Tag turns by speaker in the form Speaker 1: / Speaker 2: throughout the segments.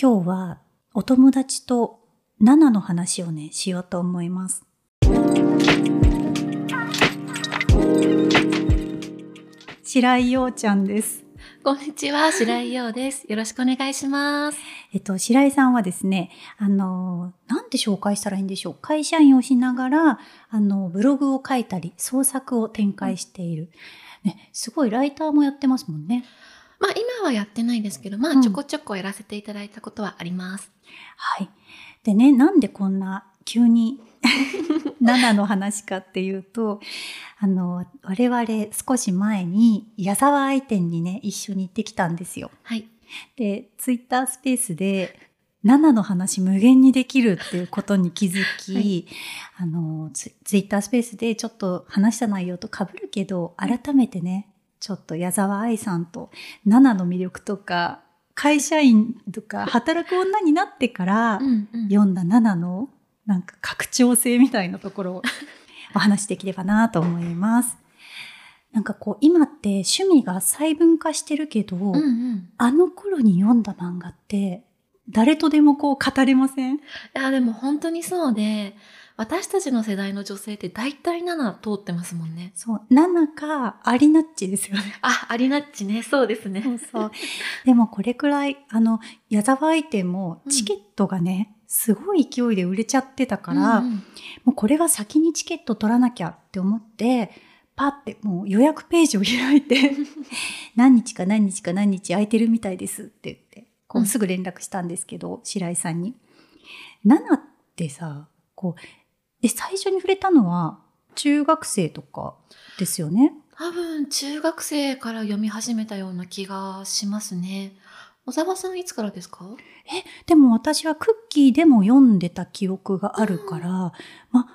Speaker 1: 今日はお友達と7の話をね、しようと思います。白井陽ちゃんです。
Speaker 2: こんにちは、白井陽です。よろしくお願いします。
Speaker 1: えっと、白井さんはですね、あの、なんて紹介したらいいんでしょう。会社員をしながら、あの、ブログを書いたり、創作を展開している。ね、すごいライターもやってますもんね。
Speaker 2: まあ今はやってないですけど、ま
Speaker 1: うん
Speaker 2: あちょこちょこやらせていただいたことはあります。
Speaker 1: はい。でね、なんでこんな急に 7の話かっていうと、あの、我々少し前に矢沢愛店にね、一緒に行ってきたんですよ。
Speaker 2: はい。
Speaker 1: で、ツイッタースペースで、7の話無限にできるっていうことに気づき、
Speaker 2: はい
Speaker 1: あのツ、ツイッタースペースでちょっと話した内容と被るけど、改めてね、ちょっと矢沢愛さんと7の魅力とか、会社員とか働く女になってから、
Speaker 2: ん、うん
Speaker 1: 読んだ7のなんか拡張性みたいなところ をお話しできればなと思います。なんかこう今って趣味が細分化してるけど、
Speaker 2: うんうん。
Speaker 1: あの頃に読んだ漫画って誰とでもこう語れません
Speaker 2: いや、でも本当にそうで、私たちの世代の女性って大体7通ってますもんね。
Speaker 1: そう、7かアリナッチですよね。
Speaker 2: あ、アリナッチね、そうですね。
Speaker 1: そうそう。 でもこれくらい、あの、矢沢相手もチケットがね、すごい勢いで売れちゃってたから、
Speaker 2: うんうん
Speaker 1: もうこれは先にチケット取らなきゃって思って、パってもう予約ページを開い て、何日か何日か何日空いてるみたいですって言って、こ
Speaker 2: う
Speaker 1: うんすぐ連絡したんですけど、白井さんに。7ってさ、こう、で、最初に触れたのは中学生とかですよね。
Speaker 2: 多分中学生から読み始めたような気がしますね。小沢さんいつからですか
Speaker 1: でも私はクッキーでも読んでた記憶があるから、まあ、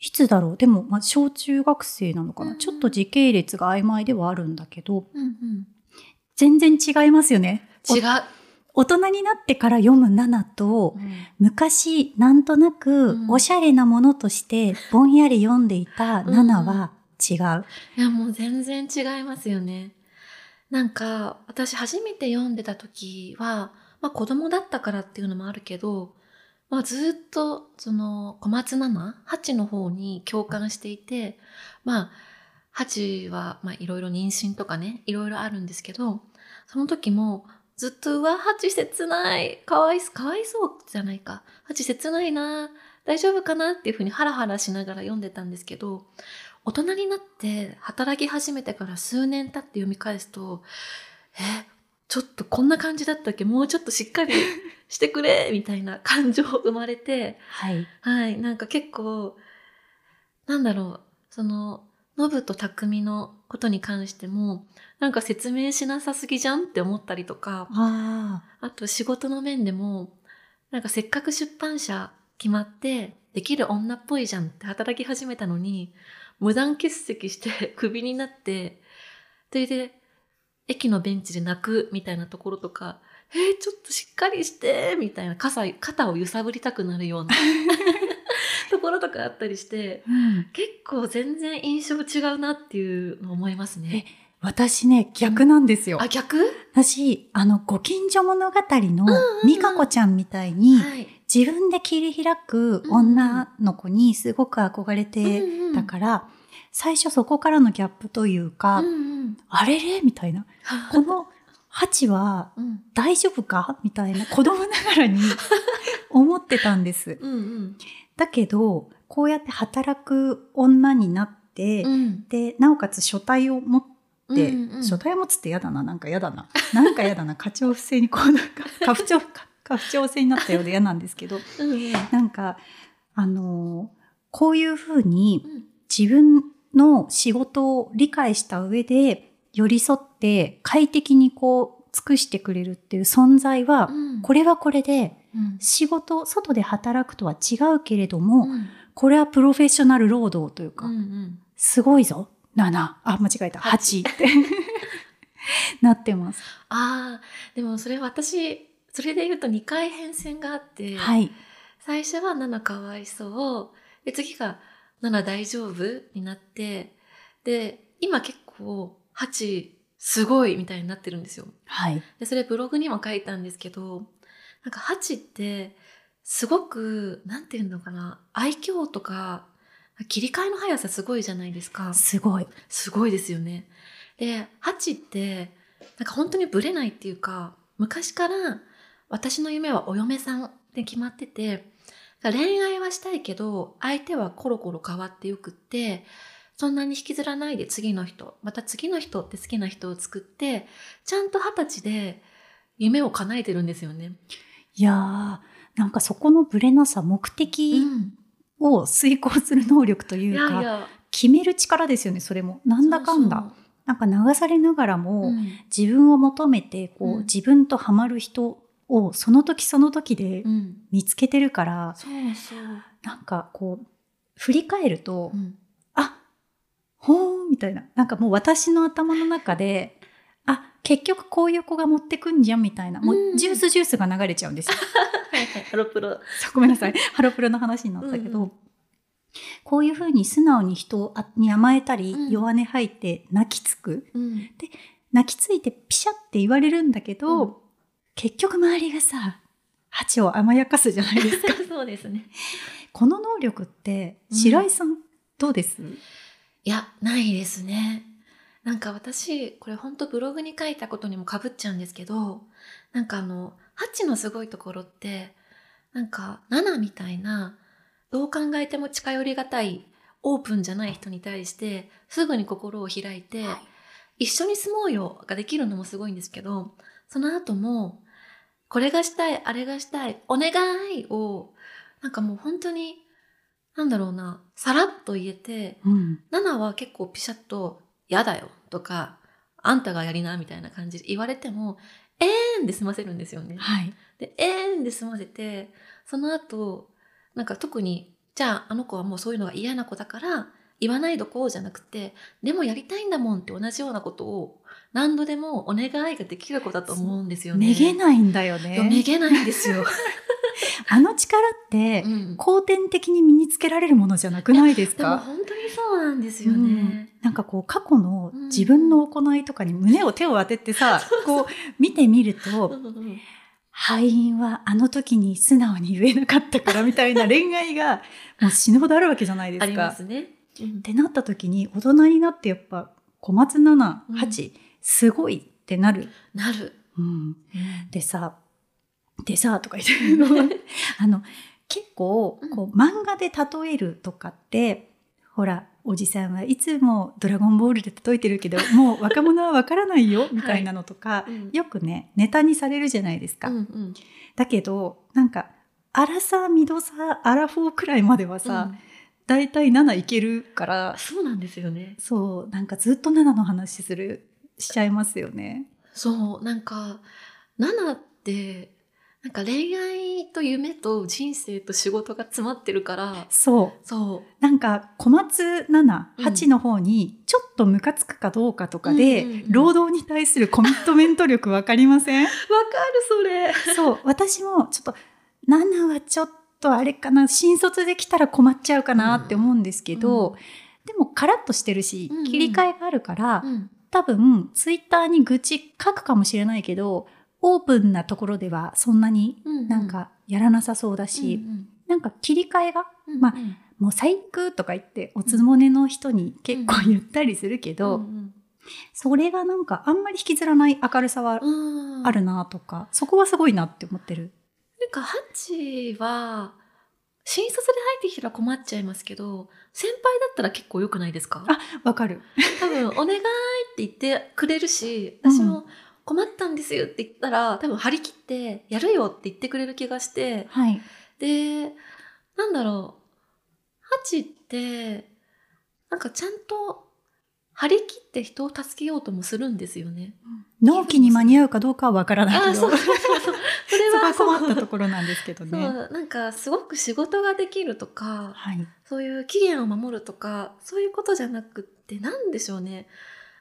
Speaker 1: いつだろうでも、まあ、小中学生なのかな、
Speaker 2: うん
Speaker 1: ちょっと時系列が曖昧ではあるんだけど、
Speaker 2: うんうん。
Speaker 1: 全然違いますよね。
Speaker 2: 違う。
Speaker 1: お大人になってから読む7と
Speaker 2: う、ん
Speaker 1: 昔なんとなく
Speaker 2: うん
Speaker 1: おしゃれなものとしてぼんやり読んでいた7は違う。
Speaker 2: いやもう全然違いますよね。なんか私初めて読んでた時は、まあ、子供だったからっていうのもあるけど、まあ、ずっとその小松菜奈八の方に共感していてまあ八はまあいろいろ妊娠とかねいろいろあるんですけどその時もずっと「うわ八切ないかわいすかわいそうじゃないか八切ないな大丈夫かな」っていうふうにハラハラしながら読んでたんですけど大人になって働き始めてから数年経って読み返すとえちょっとこんな感じだったっけもうちょっとしっかりしてくれみたいな感情生まれて
Speaker 1: はい。
Speaker 2: はいなんか結構なんだろうそのノブと匠のことに関してもなんか説明しなさすぎじゃんって思ったりとか
Speaker 1: あ
Speaker 2: あと仕事の面でも、なんかせっかく出版社決まって、できる女っぽいじゃんって働き始めたのに、無断欠席して クビになって、それで、駅のベンチで泣くみたいなところとか、えー、ちょっとしっかりしてみたいな傘、肩を揺さぶりたくな るようなところとかあったりして、
Speaker 1: あ、うん。
Speaker 2: 結構全然印象違うなっていうのを思いますね。
Speaker 1: 私ね、逆なんですよ
Speaker 2: あ、。逆、
Speaker 1: 私、あの、ご近所物語の
Speaker 2: うん
Speaker 1: 美香子ちゃんみたいに、
Speaker 2: はい。
Speaker 1: 自分で切り開く女の子にすごく憧れて
Speaker 2: うんうん
Speaker 1: たから、最初そこからのギャップというか、
Speaker 2: うんうん、
Speaker 1: あれれみたいな。この8は
Speaker 2: うん
Speaker 1: 大丈夫かみたいな子供ながらに思ってたんです。
Speaker 2: うんうん
Speaker 1: だけど、こうやって働く女になって、
Speaker 2: うん
Speaker 1: で、なおかつ書体を持って、
Speaker 2: うんうん
Speaker 1: 書体を持つってやだな、なんかやだな。なんかやだな、課長不正にこうなん か、過不調、過不調性になったようで嫌なんですけど、
Speaker 2: うんうん
Speaker 1: なんか、あのーこういうふうに自分の仕事を理解した上で寄り添って快適にこう尽くしてくれるっていう存在は、
Speaker 2: うん
Speaker 1: これはこれで
Speaker 2: うん
Speaker 1: 仕事、外で働くとは違うけれど
Speaker 2: う
Speaker 1: も、
Speaker 2: ん
Speaker 1: これはプロフェッショナル労働というか、
Speaker 2: うんうん
Speaker 1: すごいぞ。7。あ、間違えた。8って なってます。
Speaker 2: あーでもそれ私それで言うと2回変遷があって、
Speaker 1: はい。
Speaker 2: 最初は「7かわいそう」で次が「7大丈夫?」になってで今結構「8すごい」みたいになってるんですよ。
Speaker 1: はい。
Speaker 2: でそれブログにも書いたんですけどなんかハチって、すごく、なんていうのかな、愛嬌とか、切り替えの速さすごいじゃないですか。
Speaker 1: すごい。
Speaker 2: すごいですよね。で、ハチって、なんか本当にブレないっていうか、昔から私の夢はお嫁さんって決まってて、恋愛はしたいけど、相手はコロコロ変わってよくって、そんなに引きずらないで次の人、また次の人って好きな人を作って、ちゃんと二十歳で夢を叶えてるんですよね。
Speaker 1: いやー、なんかそこのブレなさ、目的
Speaker 2: ん。
Speaker 1: を遂行する能力とい
Speaker 2: いうや
Speaker 1: か、
Speaker 2: いや。
Speaker 1: 決める力ですよね、それも。なんだかんだ。なんか流されながら
Speaker 2: そう
Speaker 1: も、
Speaker 2: そう。うん
Speaker 1: 自分を求めて、こう、
Speaker 2: うん
Speaker 1: 自分とハマる人をその時その時で
Speaker 2: うん。
Speaker 1: 見つけてるから、
Speaker 2: そうそう。
Speaker 1: なんかこう、振り返ると、
Speaker 2: うん。
Speaker 1: あほーみたいな。なんかもう私の頭の中で、あ、結局こういう子が持ってくんじゃんみたいな。も
Speaker 2: うんう
Speaker 1: うんジュースジュースが流れちゃうんです よ。
Speaker 2: はいはい。 ハロプロ。
Speaker 1: そうごめんなさい。ハロプロの話になったけど、
Speaker 2: うんうん
Speaker 1: こういうふうに素直に人に甘えたり、
Speaker 2: うん
Speaker 1: 弱音吐いて泣きつく。
Speaker 2: うん。
Speaker 1: 泣きついてピシャって言われるんだけど、
Speaker 2: うん
Speaker 1: 結局周りがさ、蜂を甘やかすじゃないです か。
Speaker 2: そうですね。
Speaker 1: この能力って、
Speaker 2: うん
Speaker 1: 白井さん、どうです、
Speaker 2: いや、ないですね。なんか私、これ本当ブログに書いたことにもかぶっちゃうんですけど、なんかあの、ハチのすごいところって、なんか、ナナみたいな、どう考えても近寄りがたい、オープンじゃない人に対して、すぐに心を開いて、
Speaker 1: は
Speaker 2: 一緒に住もうよができるのもすごいんですけど、その後も、これがしたい、あれがしたい、お願いを、なんかもう本当に、なんだろうな、さらっと言えて、
Speaker 1: うん、
Speaker 2: ナナは結構ピシャッと「やだよ」とか「あんたがやりな」みたいな感じで言われても「えーん」で済ませるんですよね。
Speaker 1: はい。
Speaker 2: で「えーん」で済ませてその後なんか特に「じゃああの子はもうそういうのが嫌な子だから言わないどこう」じゃなくて「でもやりたいんだもん」って同じようなことを何度でもお願いができる子だと思うんですよね。
Speaker 1: めげ
Speaker 2: い
Speaker 1: ないんだよ
Speaker 2: やめ
Speaker 1: ね。
Speaker 2: げないんです よ。
Speaker 1: あの力って、
Speaker 2: うん
Speaker 1: 後天的に身につけられるものじゃなくないです
Speaker 2: でも
Speaker 1: か
Speaker 2: 本当にそうなんですよ
Speaker 1: うん
Speaker 2: ね。
Speaker 1: なんかこう過去の
Speaker 2: うん
Speaker 1: 自分の行いとかに胸を手を当てて さ、こう見てみる
Speaker 2: う
Speaker 1: と、
Speaker 2: んうんうん
Speaker 1: 敗因はあの時に素直に言えなかったからみたいな恋愛 がもう死ぬほどあるわけじゃないで
Speaker 2: あ
Speaker 1: す
Speaker 2: り
Speaker 1: か。
Speaker 2: ますね。うん
Speaker 1: ってなった時に大人になってやっぱ小松菜奈八、すごいってなる。
Speaker 2: なる。
Speaker 1: うん、でさ、でさとか言って あの結構こう漫画で例えるとかってほらおじさんはいつも「ドラゴンボール」で例えてるけ どもう若者はわからないよみたいなのとか、
Speaker 2: うん
Speaker 1: よくねネタにされるじゃないですか。
Speaker 2: うんうん
Speaker 1: だけどなんかアラサーミドサーアラフォーくらいまでは
Speaker 2: う
Speaker 1: さ、
Speaker 2: ん
Speaker 1: だいたい7いけるから
Speaker 2: あそうなんですよね
Speaker 1: そうなんかずっと7の話するしちゃいますよね。
Speaker 2: そうなんか7ってなんか恋愛と夢と人生と仕事が詰まってるから
Speaker 1: そう
Speaker 2: そ
Speaker 1: なんか小松7、
Speaker 2: うん
Speaker 1: 8の方にちょっとムカつくかどうかとかで、
Speaker 2: うんうんうん
Speaker 1: 労働に対するコミットメント力わかりま せん
Speaker 2: うわかるそれ
Speaker 1: そう、私もちょっと7はちょっとあれかな、新卒できたら困っちゃうかなって思うんですけど、でもカラッとしてるし
Speaker 2: うんう、ん
Speaker 1: 切り替えがあるから、
Speaker 2: うん
Speaker 1: 多分ツイッターに愚痴書くかもしれないけど、オープンなところではそんなに
Speaker 2: うん
Speaker 1: なんかやらなさそうだ
Speaker 2: うん
Speaker 1: し、
Speaker 2: うん
Speaker 1: なんか切り替えが
Speaker 2: うん
Speaker 1: まあ
Speaker 2: うん
Speaker 1: もう最悪とか言っておつもねの人に結構言ったりするけど、
Speaker 2: うん
Speaker 1: それがなんかあんまり引きずらない明るさは
Speaker 2: うんうん
Speaker 1: あるなとか、そこはすごいなって思ってる。
Speaker 2: なんかハチは新卒で入ってきたら困っちゃいますけど先輩だったら結構良くないですか
Speaker 1: わかる。
Speaker 2: 多分「お願い」って言ってくれるし
Speaker 1: うん
Speaker 2: 私も「困ったんですよ」って言ったら多分張り切って「やるよ」って言ってくれる気がして
Speaker 1: はい。
Speaker 2: でなんだろうハチってなんかちゃんと張り切って人を助けようともするんですよね。
Speaker 1: 納期に間に合うかどうかはわからないけど、
Speaker 2: あー
Speaker 1: そ
Speaker 2: そう
Speaker 1: こ
Speaker 2: そうそうそう それ
Speaker 1: は
Speaker 2: は
Speaker 1: 困った
Speaker 2: そう
Speaker 1: ところなんですけど
Speaker 2: そ
Speaker 1: ね。
Speaker 2: うなんかすごく仕事ができるとか
Speaker 1: はい。
Speaker 2: そういう期限を守るとか、そういうことじゃなくって、なんでしょうね。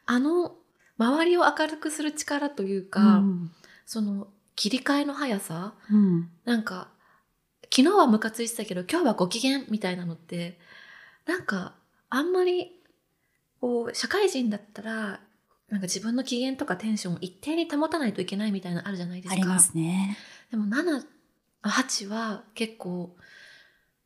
Speaker 2: あの、周りを明るくする力というか、
Speaker 1: うん
Speaker 2: その、切り替えの速さ
Speaker 1: うん
Speaker 2: なんか、昨日はムカついてたけど、今日はご機嫌みたいなのって、なんか、あんまり、こう、社会人だったら、なんか自分の機嫌とかテンションを一定に保たないといけないみたいなのあるじゃないです
Speaker 1: あ
Speaker 2: か。
Speaker 1: りますね。
Speaker 2: でも7、8は結構、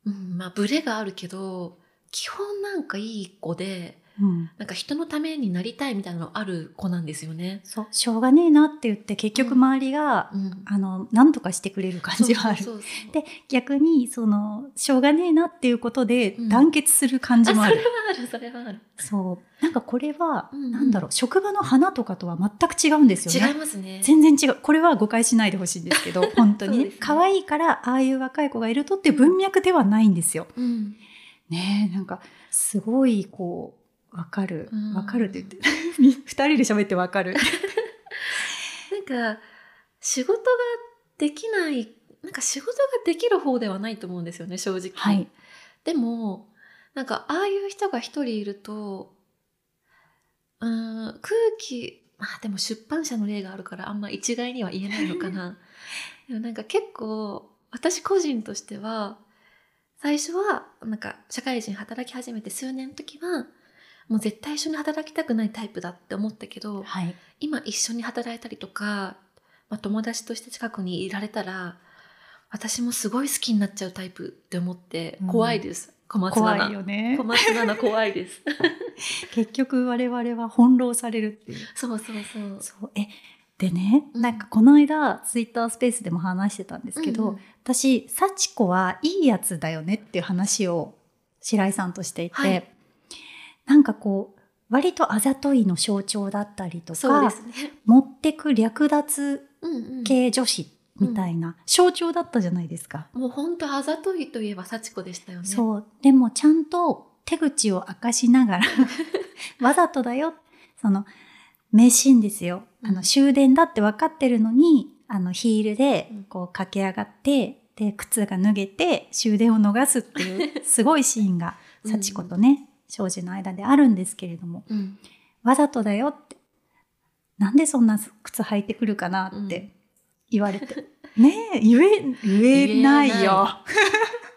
Speaker 2: うん、まあブレがあるけど、基本なんかいい子で、
Speaker 1: うん。
Speaker 2: なんか人のためになりたいみたいなのある子なんですよね。
Speaker 1: そう、しょうがねえなって言って、結局周りが、
Speaker 2: うん。
Speaker 1: あの、なんとかしてくれる感じはある。
Speaker 2: そうそうそう
Speaker 1: で、逆に、その、しょうがねえなっていうことで
Speaker 2: うん、
Speaker 1: 団結する感じもあ
Speaker 2: あ、そ
Speaker 1: る。
Speaker 2: れはある、それはある。
Speaker 1: そう。なんかこれは、
Speaker 2: うんうん
Speaker 1: なんだろう、職場の花とかとは全く違うんですよ
Speaker 2: 違い
Speaker 1: ね。
Speaker 2: ますね。
Speaker 1: 全然違う。これは誤解しないでほしいんです けど、本当に
Speaker 2: そう
Speaker 1: ね
Speaker 2: ですね。
Speaker 1: 可愛、いから、ああいう若い子がいるとっていう文脈ではないんですよ。
Speaker 2: うん。
Speaker 1: ねえ、なんか、すごい、こう、わかる
Speaker 2: う。ん
Speaker 1: わかるって言って、 二人で喋ってわかる。
Speaker 2: なんか、仕事ができない、なんか仕事ができる方ではないと思うんですよね、正直。
Speaker 1: はい。
Speaker 2: でも、なんか、ああいう人が一人いると、うーん、空気、まあでも出版社の例があるからあんま一概には言えないのかな。でもなんか結構、私個人としては、最初は、なんか、社会人働き始めて数年の時は、もう絶対一緒に働きたくないタイプだって思ったけど、
Speaker 1: はい。
Speaker 2: 今一緒に働いたりとか、まあ、友達として近くにいられたら私もすごい好きになっちゃうタイプって思って
Speaker 1: うん
Speaker 2: 怖いです、小松菜
Speaker 1: 怖
Speaker 2: 奈
Speaker 1: いよね
Speaker 2: 小。松菜奈怖いです
Speaker 1: 結局我々は翻弄されるっていう。
Speaker 2: そうそうそう
Speaker 1: そう。え、でね、
Speaker 2: うん
Speaker 1: なんかこの間、ツイッタースペースでも話してたんですけど、
Speaker 2: うんうん
Speaker 1: 私、幸子はいいやつだよねっていう話を白井さんとしていて、
Speaker 2: はい
Speaker 1: なんかこう、割とあざといの象徴だったりと
Speaker 2: そうで
Speaker 1: か、
Speaker 2: すね、
Speaker 1: 持ってく略奪
Speaker 2: うんうん、
Speaker 1: 系女子みたいな象徴だったじゃないですか。
Speaker 2: もう本当あざといといえば幸子でしたよねう
Speaker 1: そう。でもちゃんと手口を明かしなが ら、わざとだよ。その、名シーンですよ。あ
Speaker 2: う
Speaker 1: の、
Speaker 2: ん
Speaker 1: 終電だって分かってるのに、あの、ヒールで
Speaker 2: うん、
Speaker 1: こう、駆け上がって、で、靴が脱げて、終電を逃すって いう、すごいシーンが、
Speaker 2: うん
Speaker 1: 幸子とね、庄司の間であるんですけれども、
Speaker 2: うん、
Speaker 1: わざとだよって、なんでそんな靴履いてくるかなっ
Speaker 2: う
Speaker 1: て
Speaker 2: ん
Speaker 1: 言われて、ねえ、言え、言えない
Speaker 2: 言え
Speaker 1: よ。
Speaker 2: な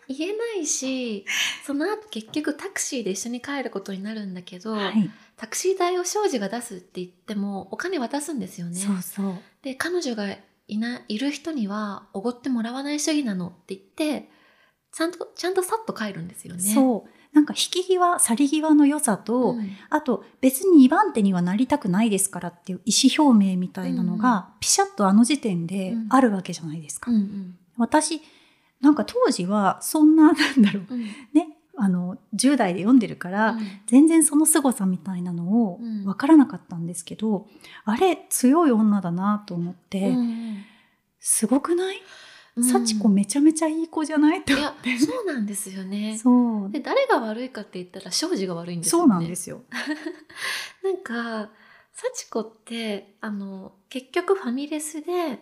Speaker 2: 言えないしその後結局タクシーで一緒に帰ることになるんだけど、
Speaker 1: はい。
Speaker 2: タクシー代を庄司が出すって言ってもお金渡すんですよね
Speaker 1: そうそう。
Speaker 2: で彼女がいないる人にはおごってもらわない主義なのって言ってちゃんとちゃんとさっと帰るんですよね。
Speaker 1: そう。なんか引き際、去り際の良さと、
Speaker 2: うん
Speaker 1: あと別に2番手にはなりたくないですからっていう意思表明みたいなの
Speaker 2: うんう
Speaker 1: が、ピシャッとあの時点で
Speaker 2: うん
Speaker 1: あるわけじゃないですか。
Speaker 2: うんうん
Speaker 1: 私、なんか当時はそんな、なんだ ろう、
Speaker 2: うん
Speaker 1: ね、あの、10代で読んでるから、
Speaker 2: うん
Speaker 1: 全然その凄さみたいなのを
Speaker 2: うん
Speaker 1: 分からなかったんですけど、あれ強い女だなと思って、
Speaker 2: うん
Speaker 1: すごくない、
Speaker 2: うん
Speaker 1: 幸子めちゃめちゃいい子じゃないって
Speaker 2: い
Speaker 1: 思っ
Speaker 2: や
Speaker 1: て。
Speaker 2: そうなんですよね。
Speaker 1: そう。
Speaker 2: で誰が悪いかって言ったら庄司が悪いんですよ
Speaker 1: そ
Speaker 2: ね。
Speaker 1: うなんですよ。
Speaker 2: なんか、幸子って、あの、結局ファミレスで、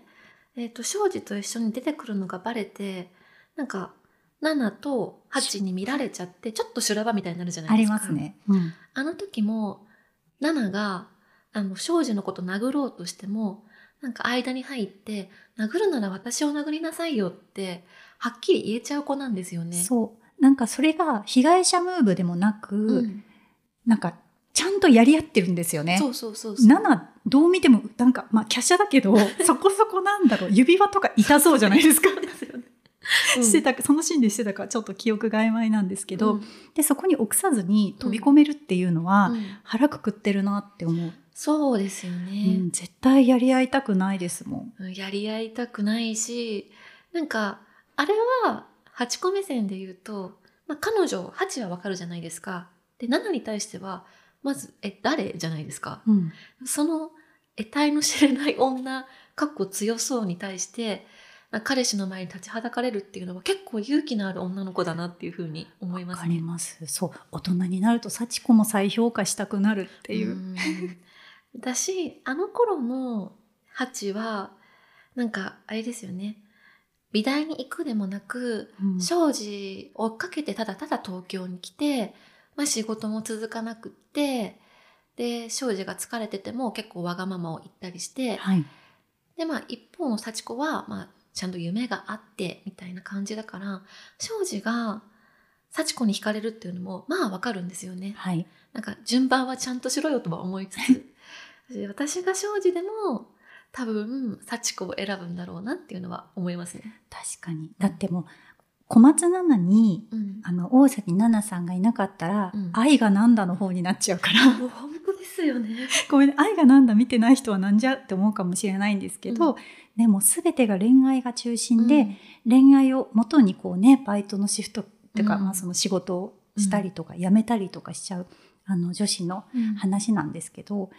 Speaker 2: えっ、と、庄司と一緒に出てくるのがバレて、なんか、7と8に見られちゃって、ちょっと修羅場みたいになるじゃな
Speaker 1: あ
Speaker 2: いで
Speaker 1: り
Speaker 2: すか。
Speaker 1: ます。ね。うん。
Speaker 2: あの時も、7が、あの、庄司のこと殴ろうとしても、なんか間に入って、殴るなら私を殴りなさいよって、はっきり言えちゃう子なんですよね。
Speaker 1: そう。なんかそれが被害者ムーブでもなく、
Speaker 2: うん
Speaker 1: なんかちゃんとやり合ってるんですよね
Speaker 2: そ。うそうそうそう。
Speaker 1: 7どう見てもなんかまあ華奢だ けどそこそこなんだろう指輪とか痛そうじゃないですか。
Speaker 2: ですよね。
Speaker 1: してたそのシーンでしてたからちょっと記憶が曖昧なんですけど、
Speaker 2: うん
Speaker 1: でそこに臆さずに飛び込めるっていうのは、
Speaker 2: うん
Speaker 1: 腹くくってるなって思う、
Speaker 2: そうですよ
Speaker 1: う
Speaker 2: ね。
Speaker 1: ん、絶対やり合いたくないですもん。
Speaker 2: やり合いたくないし、なんか、あれは、8個目線で言うと、まあ、彼女、8はわかるじゃないですか。で、7に対しては、まず、え、誰じゃないですか。
Speaker 1: うん、
Speaker 2: その、得体の知れない女、かっこ強そうに対して、なんか彼氏の前に立ちはだかれるっていうのは結構勇気のある女の子だなっていうふうに思いま
Speaker 1: わ
Speaker 2: す
Speaker 1: か
Speaker 2: ね。
Speaker 1: ります。そう大人になると幸子も再評価したくなるっていう。
Speaker 2: ん。 だし、あの頃のハチは、なんか、あれですよね。美大に行くでもなく、
Speaker 1: うん
Speaker 2: 庄司を追っかけてただただ東京に来て、まあ仕事も続かなくって、で、庄司が疲れてても結構わがままを言ったりして、
Speaker 1: はい、
Speaker 2: で、まあ一方の幸子は、まあちゃんと夢があって、みたいな感じだから、庄司が幸子に惹かれるっていうのも、まあわかるんですよね。
Speaker 1: はい
Speaker 2: なんか順番はちゃんとしろよとは思いつつ、 私が庄司でも多分幸子を選ぶんだろうなっていうのは思いますね。
Speaker 1: 確かに。だってもう、小松菜奈に、
Speaker 2: うん、
Speaker 1: あの、大崎奈々さんがいなかったら、
Speaker 2: うん
Speaker 1: 愛がなんだの方になっちゃうから。
Speaker 2: もう本当ですよね。
Speaker 1: ごめんね愛がなんだ見てない人はなんじゃって思うかもしれないんですけど、
Speaker 2: うん
Speaker 1: でも全てが恋愛が中心で、恋愛を元にこうねバイトのシフトっていうか、
Speaker 2: うん
Speaker 1: まあ、その仕事をしたりとか辞めたりとかしちゃう、あの女子の
Speaker 2: うん、
Speaker 1: 話なんですけど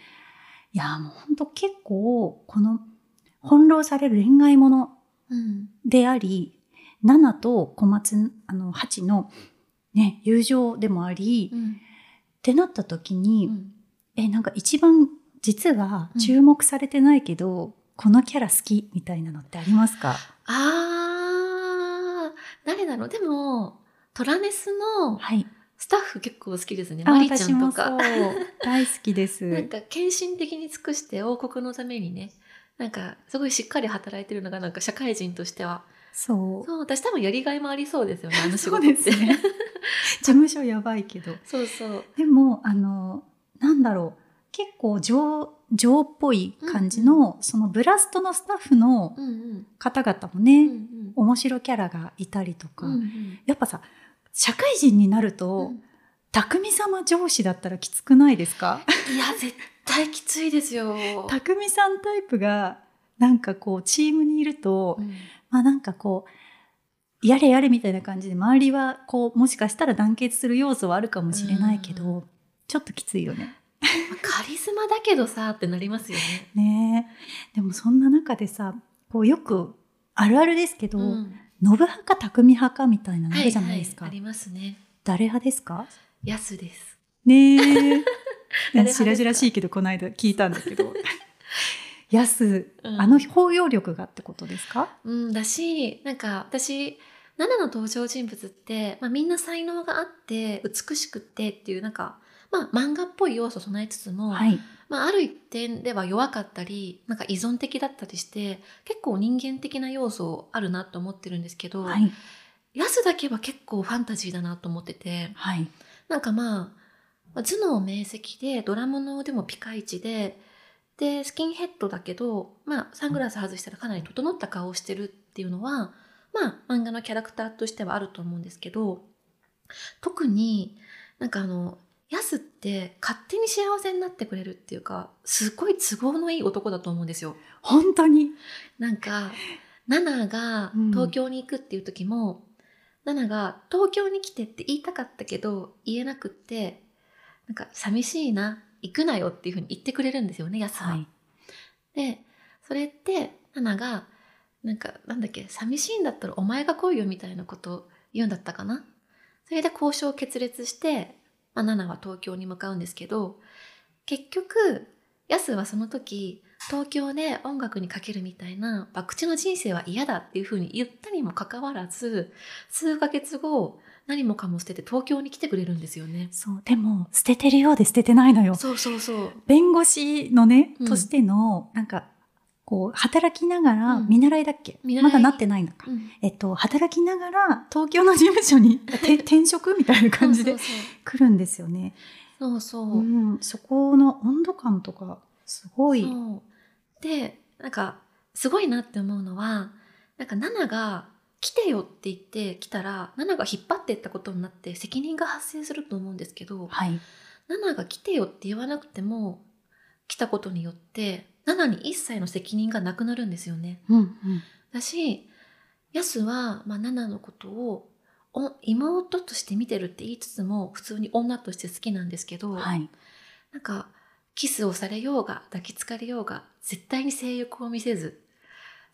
Speaker 1: いやーもうほんと結構この翻弄される恋愛もの
Speaker 2: うん、
Speaker 1: であり7と小松あの8の、ね、友情でもあり、
Speaker 2: う
Speaker 1: っ
Speaker 2: ん、
Speaker 1: てなった時
Speaker 2: う
Speaker 1: に、
Speaker 2: ん、
Speaker 1: えなんか一番実は
Speaker 2: うん
Speaker 1: 注目されてないけど、このキャラ好きみたいなのってありますか
Speaker 2: あー誰だろうでもトラネスの
Speaker 1: はい
Speaker 2: スタッフ結構好きですね。
Speaker 1: あ
Speaker 2: マリちゃんと
Speaker 1: 私
Speaker 2: か
Speaker 1: も。そう大好きで
Speaker 2: なん
Speaker 1: す
Speaker 2: か献身的に尽くして王国のためにねなんかすごいしっかり働いてるのがなんか社会人としては
Speaker 1: そう
Speaker 2: そう私多分やりがいもありそうですよねあの仕
Speaker 1: そう
Speaker 2: 事っ
Speaker 1: で
Speaker 2: て
Speaker 1: すね事務所やばいけど
Speaker 2: そうそう
Speaker 1: でもあのなんだろう結構情情っぽい感じの、そのブラストのスタッフの
Speaker 2: うんうん
Speaker 1: 方々も
Speaker 2: う
Speaker 1: ね、
Speaker 2: んうん
Speaker 1: 面白キャラがいたりとか、
Speaker 2: うんうん
Speaker 1: やっぱさ社会人になると、
Speaker 2: うん
Speaker 1: 匠様上司だったらきつくないですか
Speaker 2: いや絶対きついですよ、
Speaker 1: 匠さんタイプがなんかこうチームにいると、
Speaker 2: うん
Speaker 1: まあなんかこうやれやれみたいな感じで周りはこうもしかしたら団結する要素はあるかもしれないけど、
Speaker 2: う
Speaker 1: ちょっときついよね。
Speaker 2: カリスマだけどさってなりますよね
Speaker 1: ねえでもそんな中でさこうよくあるあるですけど、
Speaker 2: うん
Speaker 1: 信派か匠派かみたいなのあるじゃないですか。
Speaker 2: はいはい、ありますね
Speaker 1: 誰派ですか
Speaker 2: ヤスです
Speaker 1: ねえ
Speaker 2: 誰派ですか
Speaker 1: 白々しいけどこの間聞いたんだけ ど。やす、
Speaker 2: うん
Speaker 1: あの包容力がってことですか、
Speaker 2: うん、だしなんか私7の登場人物って、まあ、みんな才能があって美しくってっていうなんか、まあ、漫画っぽい要素を備えつつも、
Speaker 1: はい
Speaker 2: まあ、ある一点では弱かったりなんか依存的だったりして結構人間的な要素あるなと思ってるんですけど、
Speaker 1: はい
Speaker 2: ヤスだけは結構ファンタジーだなと思ってて
Speaker 1: はい
Speaker 2: なんかまあ頭脳明晰でドラムの腕もピカイチででスキンヘッドだけど、まあ、サングラス外したらかなり整った顔をしてるっていうのはまあ漫画のキャラクターとしてはあると思うんですけど特になんかあのヤスって勝手に幸せになってくれるっていうかすごい都合のいい男だと思うんですよ。
Speaker 1: 本当に
Speaker 2: なんか、ナナが
Speaker 1: うん
Speaker 2: 東京に行くっていう時も、ナナが東京に来てって言いたかったけど、言えなくって、なんか、寂しいな、行くなよっていうふうに言ってくれるんですよね、ヤスは。
Speaker 1: はい
Speaker 2: で、それって、ナナが、なんか、なんだっけ、寂しいんだったらお前が来いよみたいなことを言うんだったかな。それで交渉を決裂して、まあ、ナナは東京に向かうんですけど、結局、ヤスはその時、東京で音楽にかけるみたいな、博打の人生は嫌だっていうふうに言ったにもかかわらず、数ヶ月後、何もかも捨てて東京に来てくれるんですよね。
Speaker 1: そうでも捨ててるようで捨ててないのよ
Speaker 2: そうそうそう。
Speaker 1: 弁護士のね、
Speaker 2: うん
Speaker 1: としてのなんかこう働きながら、
Speaker 2: うん
Speaker 1: 見習いだっけ
Speaker 2: 見習い
Speaker 1: まだなってないのか、
Speaker 2: うん
Speaker 1: えっと働きながら東京の事務所 にて転職みたいな感じで
Speaker 2: そうそうそう
Speaker 1: 来るんですよね
Speaker 2: そうそう、
Speaker 1: うんそこの温度感とかすごい
Speaker 2: そうでなんかすごいなって思うのはなんかナナが「来てよ」って言って来たらナナが引っ張ってったことになって責任が発生すると思うんですけど
Speaker 1: はい
Speaker 2: ナナが「来てよ」って言わなくても来たことによってナナに一切の責任がなくなるんですよね。
Speaker 1: うんうん
Speaker 2: だしヤスは、まあ、ナナのことをお妹として見てるって言いつつも普通に女として好きなんですけど、
Speaker 1: はい、
Speaker 2: なんか、キスをされようが、抱きつかれようが、絶対に性欲を見せず、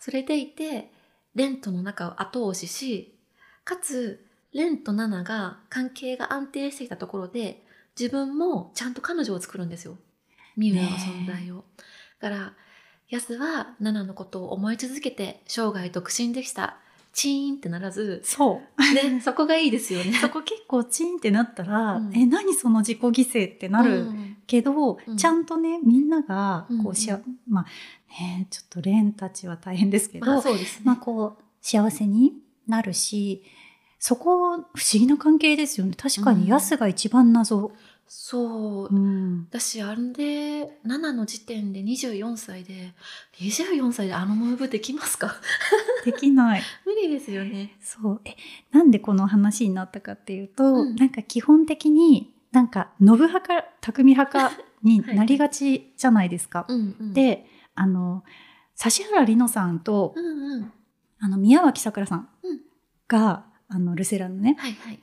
Speaker 2: それでいて、レンとの中を後押しし、かつ、レンとナナが関係が安定してきたところで、自分もちゃんと彼女を作るんですよ。ミウラの存在を。だから、ヤスはナナのことを思い続けて、生涯独身でした。チーンってならず
Speaker 1: そう
Speaker 2: ね、そこがいいですよね。
Speaker 1: そこ結構チーンってなったら、
Speaker 2: うん
Speaker 1: え何その自己犠牲ってなる、
Speaker 2: うん
Speaker 1: けど、
Speaker 2: うん
Speaker 1: ちゃんとねみんながこ
Speaker 2: うん
Speaker 1: うしあ、まあねちょっとレンたちは大変ですけど、
Speaker 2: ま
Speaker 1: ま
Speaker 2: あ
Speaker 1: あ
Speaker 2: そうですね。
Speaker 1: こう幸せになるしそこ不思議な関係ですよね確か
Speaker 2: うん
Speaker 1: にヤスが一番謎
Speaker 2: そう
Speaker 1: うん、
Speaker 2: だしあれで7の時点で24歳で24歳であのムーブできますか
Speaker 1: できない。
Speaker 2: 無理ですよね。
Speaker 1: そう。え、なんでこの話になったかっていうと、
Speaker 2: うん
Speaker 1: なんか基本的になんか、信派か、匠派か になりがちじゃないですか。
Speaker 2: うんうん、、
Speaker 1: で、あの、指原莉乃さんと、
Speaker 2: うんうん、は
Speaker 1: あの、宮脇さくらさん
Speaker 2: うん
Speaker 1: が、あの、ルセラのね、
Speaker 2: いはい。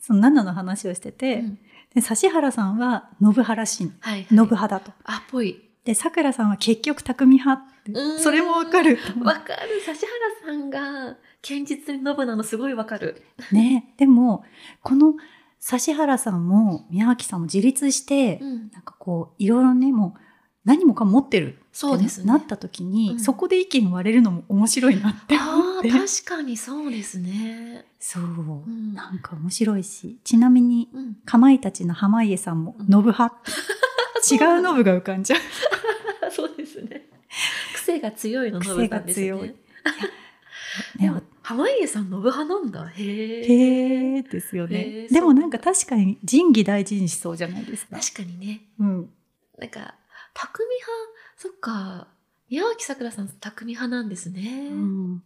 Speaker 1: その7の話をしてて、
Speaker 2: うん
Speaker 1: で指原さんは信原氏、信
Speaker 2: はい、はい。
Speaker 1: 派だと。
Speaker 2: あっぽい。
Speaker 1: で、さくらさんは結局匠派って
Speaker 2: うーん
Speaker 1: それもわかる。
Speaker 2: わかる指原さんが堅実にノブなのすごいわかる。
Speaker 1: ね。でも、この指原さんも宮脇さんも自立して、
Speaker 2: うん、
Speaker 1: なんかこう、いろいろね、もう何もかも持ってるって
Speaker 2: そうですね。
Speaker 1: なった時に、
Speaker 2: うん
Speaker 1: そこで意見割れるのも面白いなって思
Speaker 2: あ
Speaker 1: っ
Speaker 2: あ
Speaker 1: て。
Speaker 2: 確かにそうですね。
Speaker 1: そう。
Speaker 2: うん、
Speaker 1: なんか面白いし、ちなみに、
Speaker 2: うん、
Speaker 1: かまいたちの濱家さんも、
Speaker 2: うん
Speaker 1: ノブ派。違うノブが浮かんじゃう。
Speaker 2: そうですね。癖が強いのノブさんです
Speaker 1: 癖が強い
Speaker 2: ね。
Speaker 1: ね、
Speaker 2: 濱家さんノブ派なんだ。へえ。
Speaker 1: へえですよ
Speaker 2: へ
Speaker 1: ね。
Speaker 2: ー
Speaker 1: でもなんか確かに仁義大事にしそうじゃないですか。
Speaker 2: 確かにね。
Speaker 1: うん。
Speaker 2: なんか匠派そっか宮脇さくらさん匠派なんですね。
Speaker 1: うん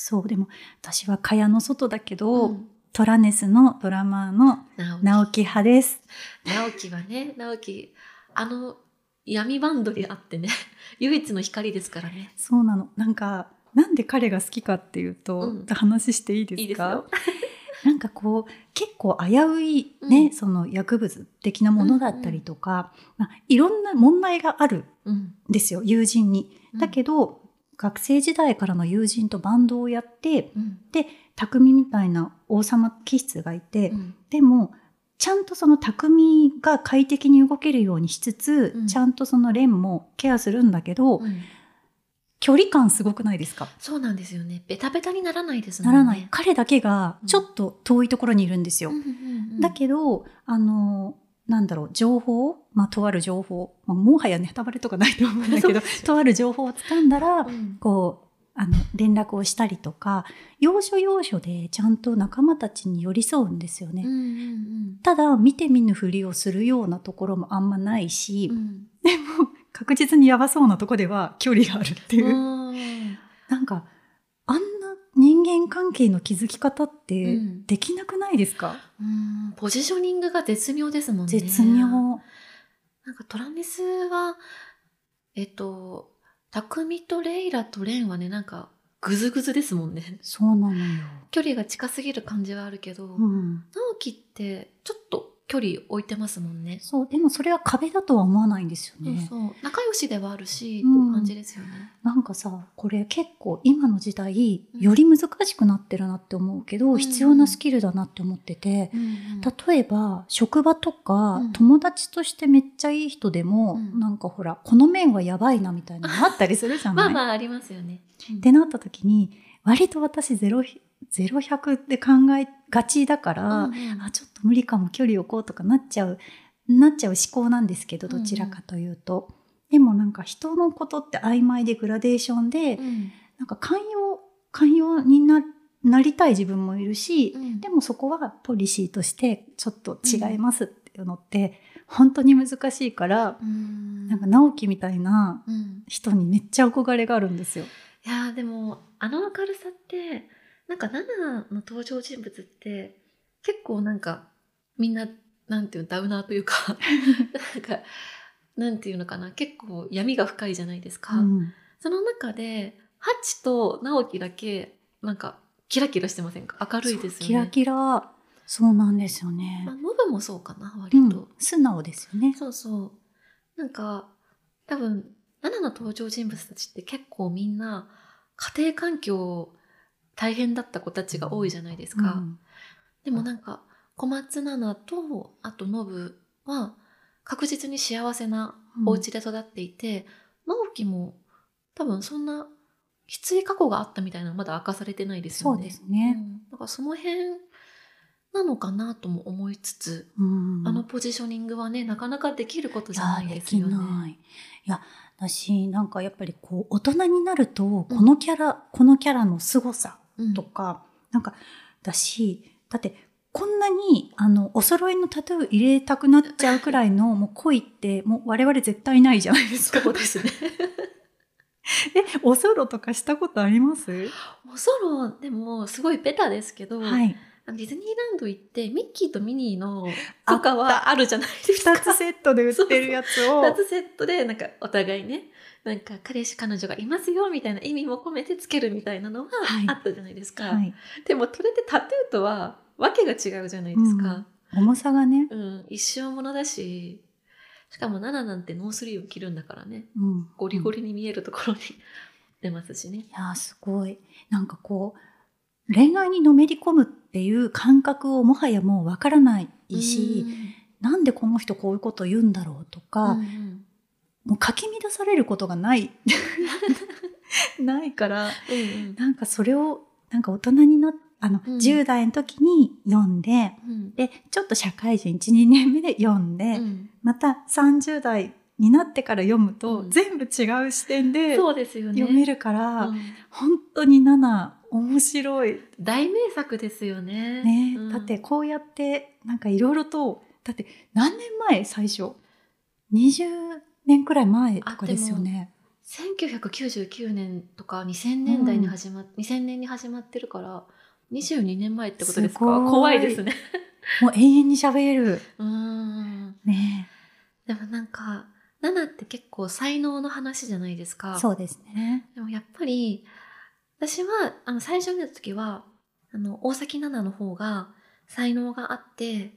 Speaker 1: そう、でも私は蚊帳の外だけど、
Speaker 2: うん
Speaker 1: トラネスのドラマーの
Speaker 2: 直
Speaker 1: 直樹派です。
Speaker 2: 樹直樹はね直樹あの闇バンドにあってね 唯一の光ですからね。
Speaker 1: そうなの。なんか、なんで彼が好きかっていうと、
Speaker 2: うん
Speaker 1: 話していい
Speaker 2: いい
Speaker 1: で
Speaker 2: ですす
Speaker 1: か
Speaker 2: よ。
Speaker 1: なんかこう結構危ういね、
Speaker 2: うん
Speaker 1: その薬物的なものだったりとか、まあ、いろんな問題がある
Speaker 2: うん、
Speaker 1: んですよ友人に。だけ
Speaker 2: ど、
Speaker 1: ど、学生時代からの友人とバンドをやって
Speaker 2: うん
Speaker 1: 匠みたいな王様気質がいて、
Speaker 2: うん
Speaker 1: でもちゃんとその匠が快適に動けるようにしつつ、
Speaker 2: うん
Speaker 1: ちゃんとその蓮もケアするんだけど、
Speaker 2: うん
Speaker 1: 距離感すごくないですか
Speaker 2: そうなんですよねベタベタにならないですも
Speaker 1: なん
Speaker 2: ね。
Speaker 1: らない、彼だけが
Speaker 2: うん
Speaker 1: ちょっと遠いところにいるんですよ。
Speaker 2: うんうんうん
Speaker 1: だけど、あの、なんだろう、情報、まあ、とある情報、まあもはやネタバレとかないと思うんだ
Speaker 2: そう
Speaker 1: け
Speaker 2: で
Speaker 1: ど、とある情報を掴んだら
Speaker 2: う、ん
Speaker 1: こう、あの、連絡をしたりとか、要所要所でちゃんと仲間たちに寄り添うんですよね。
Speaker 2: うんうん
Speaker 1: ただ、見て見ぬふりをするようなところもあんまないし、
Speaker 2: うんうん
Speaker 1: 確実にやばそうなとこでは距離があるって いう。
Speaker 2: うん
Speaker 1: なんか、あんな人間関係の築き方っ
Speaker 2: う
Speaker 1: て
Speaker 2: ん
Speaker 1: できなくないですか、
Speaker 2: うんポジショニングが絶妙ですもんね。
Speaker 1: 絶妙。
Speaker 2: なんかトラネスは、えっと、匠とレイラとレンはね、なんか、ぐずぐずですもんね。
Speaker 1: そうなのよ。
Speaker 2: 距離が近すぎる感じはあるけど、
Speaker 1: うん。
Speaker 2: 直樹って、ちょっと距離置いてますもんね。
Speaker 1: そう、でもそれは壁だとは思わないんですよ
Speaker 2: そう
Speaker 1: ね。
Speaker 2: そう。仲良しではあるし、
Speaker 1: うん
Speaker 2: って感じですよね。
Speaker 1: なんかさ、これ結構今の時代、
Speaker 2: うん
Speaker 1: より難しくなってるなって思うけど、
Speaker 2: ん
Speaker 1: 必要なスキルだなって思ってて、
Speaker 2: だ
Speaker 1: 例えば、職場とか、
Speaker 2: うん
Speaker 1: 友達としてめっちゃいい人でも、
Speaker 2: うん
Speaker 1: なんかほら、この面はやばいなみたいなのあったりするじゃない
Speaker 2: まあまあありますよね。
Speaker 1: ってなった時に、割と私ゼロ、ゼロ100で考えがちだから、
Speaker 2: うんうん
Speaker 1: あちょっと無理かも距離置こうとかなっちゃうなっちゃう思考なんですけど
Speaker 2: うんう
Speaker 1: ど
Speaker 2: ん
Speaker 1: ちらかというと、でもなんか人のことって曖昧でグラデーションで、
Speaker 2: うん
Speaker 1: なんか寛容寛容にななりたい自分もいるし、
Speaker 2: うん
Speaker 1: でもそこはポリシーとしてちょっと違いますっていうのって本当に難しいから、
Speaker 2: うん
Speaker 1: なんか直樹みたいな
Speaker 2: うん
Speaker 1: 人にめっちゃ憧れがあるんですよ。
Speaker 2: いやーでもあの明るさってなんかナナの登場人物って結構なんかみんななんていうのダウナーというか なんかなんていうのかな結構闇が深いじゃないですか、
Speaker 1: うん
Speaker 2: その中でハチと直樹だけなんかキラキラしてませんか明るいですよね
Speaker 1: キラキラそうなんですよね。
Speaker 2: まあ、ノブもそうかな
Speaker 1: う
Speaker 2: 割と、
Speaker 1: ん、素直ですよね。
Speaker 2: そうそう。なんか、多分、ナナの登場人物たちって結構みんな、家庭環境大変だった子たちが多いじゃないですか。
Speaker 1: うん
Speaker 2: でもなんか、小松菜奈と、あとノブは、確実に幸せなお家で育っていて、直樹も多分そんな、きつい過去があったみたいなのまだ明かされてないです
Speaker 1: そ
Speaker 2: よね。
Speaker 1: うですね。
Speaker 2: うん。だからその辺なのかなとも思いつつ、
Speaker 1: うん
Speaker 2: あのポジショニングはね、なかなかできること
Speaker 1: い
Speaker 2: じゃない
Speaker 1: や
Speaker 2: で
Speaker 1: ですき
Speaker 2: よね。
Speaker 1: ない。いや、私なんかやっぱりこう大人になると、このキャラ、このキャラの凄さ
Speaker 2: うん
Speaker 1: とか、なんかだし、だってこんなに、あの、お揃いのタトゥー入れたくなっちゃうくらい の、もう恋って、もう我々絶対ないじゃないですか。
Speaker 2: そうですね。
Speaker 1: え、おソロとかしたことあります
Speaker 2: おソロでもすごいベタですけど、
Speaker 1: はい。
Speaker 2: あのディズニーランド行ってミッキーとミニーのとかはあるじゃないですか。
Speaker 1: 二つセットで売ってるやつを。
Speaker 2: 二つセットでなんかお互いねなんか彼氏彼女がいますよみたいな意味も込めてつけるみたいなのは
Speaker 1: はい
Speaker 2: あったじゃないですか、
Speaker 1: はい。
Speaker 2: でもそれってタトゥーとはわけが違うじゃないですか、
Speaker 1: 重さがね、
Speaker 2: うん一生ものだししかもナナなんてノースリーブ着るんだからね
Speaker 1: うん。
Speaker 2: ゴリゴリに見えるところに 出ますしね
Speaker 1: いやーすごい。なんかこう、恋愛にのめり込むっていう感覚をもはやもうわからないし、なんでこの人こういうこと言うんだろうと
Speaker 2: うん
Speaker 1: か、
Speaker 2: うん
Speaker 1: もうかき乱されることが ない、ないから、
Speaker 2: うん
Speaker 1: なんかそれを、なんか大人になっあの、
Speaker 2: うん
Speaker 1: 10代の時に読んで、
Speaker 2: うん
Speaker 1: で、ちょっと社会人1、2年目で読んで、
Speaker 2: うん
Speaker 1: また30代になってから読むと、
Speaker 2: うん
Speaker 1: 全部違う視点で
Speaker 2: そうですよね
Speaker 1: 読めるから、
Speaker 2: うん
Speaker 1: 本当にナナ面白い
Speaker 2: 大名作ですよね
Speaker 1: ね、
Speaker 2: うん
Speaker 1: だってこうやってなんかいろいろとだって何年前最初20年くらい前とかですよね
Speaker 2: 1999年とか2000年代に始まっ、2000年に始まってるから22年前ってことですか
Speaker 1: すごい
Speaker 2: 怖いですね
Speaker 1: もう永遠に喋る
Speaker 2: うーん
Speaker 1: ね
Speaker 2: でもなんかナナって結構才能の話じゃないですか
Speaker 1: そうですね
Speaker 2: でもやっぱり私はあの最初見た時はあの大崎ナナの方が才能があって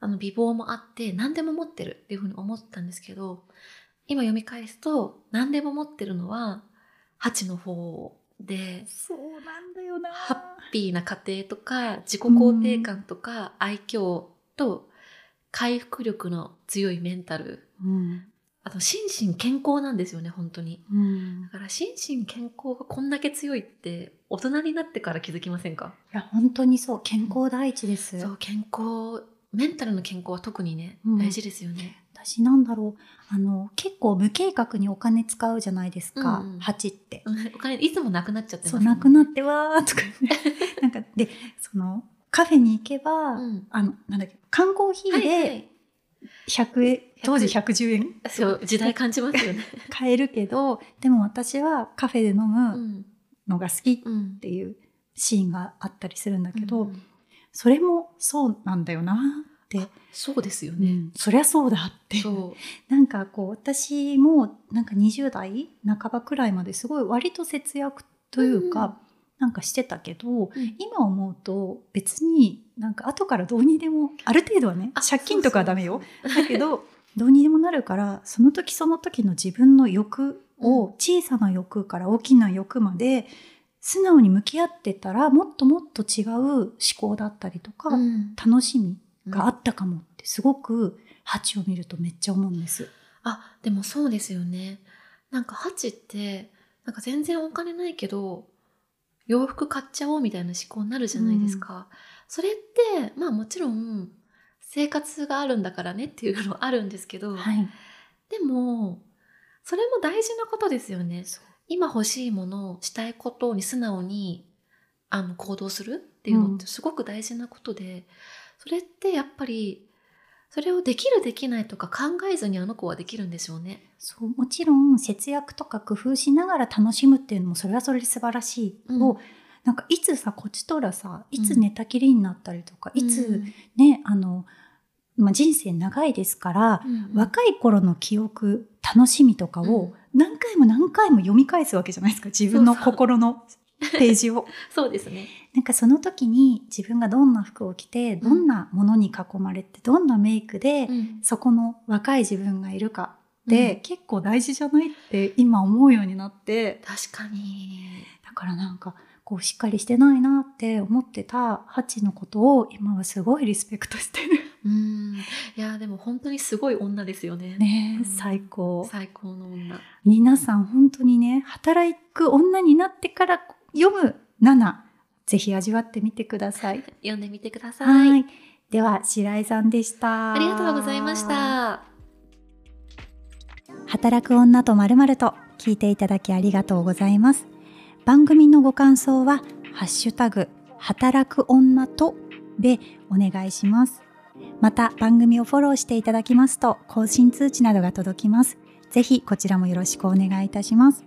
Speaker 2: あの美貌もあって何でも持ってるっていうふうに思ったんですけど今読み返すと何でも持ってるのはハチの方で
Speaker 1: そうなんだよな
Speaker 2: ハッピーな家庭とか自己肯定感とか愛嬌と回復力の強いメンタル
Speaker 1: うん
Speaker 2: あと心身健康なんですよね本当に
Speaker 1: うん、い
Speaker 2: だから心身健康がこんだけ強いって大人になってから気づきませんか
Speaker 1: や本当にそう健康第一です、
Speaker 2: そう健康メンタルの健康は特にね
Speaker 1: うん
Speaker 2: 大事ですよね、
Speaker 1: 私なんだろうあの結構無計画にお金使うじゃないですか、
Speaker 2: うんうん
Speaker 1: 蜂って、
Speaker 2: うん お金いつもなくなっちゃってます
Speaker 1: そうなくなっ
Speaker 2: っ
Speaker 1: てわーとか ねなんかでそのカフェに行けば、
Speaker 2: うん
Speaker 1: あのなんだっけ缶コーヒ
Speaker 2: は
Speaker 1: ー
Speaker 2: いは
Speaker 1: で
Speaker 2: い
Speaker 1: 100円、当時110円
Speaker 2: そう時代感じますよね
Speaker 1: 買えるけどでも私はカフェで飲
Speaker 2: う
Speaker 1: む
Speaker 2: ん
Speaker 1: のが好きっ
Speaker 2: うん
Speaker 1: ていうシーンがあったりするんだけど、
Speaker 2: うん
Speaker 1: それもそうなんだよなって、
Speaker 2: そうですよ
Speaker 1: う
Speaker 2: ね、
Speaker 1: んそりゃそうだって
Speaker 2: そう
Speaker 1: なんかこう私もなんか20代半ばくらいまですごい割と節約というか、
Speaker 2: うん
Speaker 1: なんかしてたけど、
Speaker 2: うん
Speaker 1: 今思うと別になんか後からどうにでもある程度はね
Speaker 2: あ
Speaker 1: 借金とかはダメよ
Speaker 2: そう
Speaker 1: だけどどうにでもなるからその時その時の自分の欲を小さな欲から大きな欲まで素直に向き合ってたらもっともっと違う思考だったりとか、
Speaker 2: そううん
Speaker 1: 楽しみがあったかもってすごく蜂を見るとめっちゃ思うんです。
Speaker 2: あでもそうですよねなんかハチってなんか全然お金ないけど洋服買っちゃおうみたいな思考になるじゃないですか、それってまあもちろん生活があるんだからねっていうのはあるんですけど、
Speaker 1: い、
Speaker 2: でもそれも大事なことですよね
Speaker 1: そう
Speaker 2: 今欲しいものしたいことに素直にあの行動するっていうのってすごく大事なことで、それってやっぱりそれをできるできないとか考えずにあの子はできるんでしょうね。
Speaker 1: そうもちろん節約とか工夫しながら楽しむっていうのもそれはそれで素晴らしい、
Speaker 2: うん
Speaker 1: をなんかいつさこっちとらさいつ
Speaker 2: うん
Speaker 1: 寝たきりになったりとか、いつねあの、まあ、人生長いですから、若い頃の記憶楽しみとかを何回も何回も読み返すわけじゃないですか自分の
Speaker 2: そうそう
Speaker 1: 心のページ を。
Speaker 2: そうですね。
Speaker 1: なんかその時に自分がどんな服を着てどんなものに囲まれてどんなメイクで、そこの若い自分がいるかって、
Speaker 2: うん
Speaker 1: 結構大事じゃないって今思うようになって
Speaker 2: 確かに。
Speaker 1: だからなんかこうしっかりしてないなって思ってたハチのことを今はすごいリスペクトしてる。
Speaker 2: うん。いやでも本当にすごい女ですよね。
Speaker 1: ねえ
Speaker 2: うん
Speaker 1: 最高。
Speaker 2: 最高の女。
Speaker 1: 皆さん本当にね働く女になってから読む7ぜひ味わってみてください。
Speaker 2: 読んでみてください。
Speaker 1: はい。では白井さんでした。
Speaker 2: ありがとうございました。
Speaker 1: 働く女とまるまると聞いていただきありがとうございます番組のご感想はハッシュタグ働く女とでお願いしますまた番組をフォローしていただきますと更新通知などが届きますぜひこちらもよろしくお願いいたします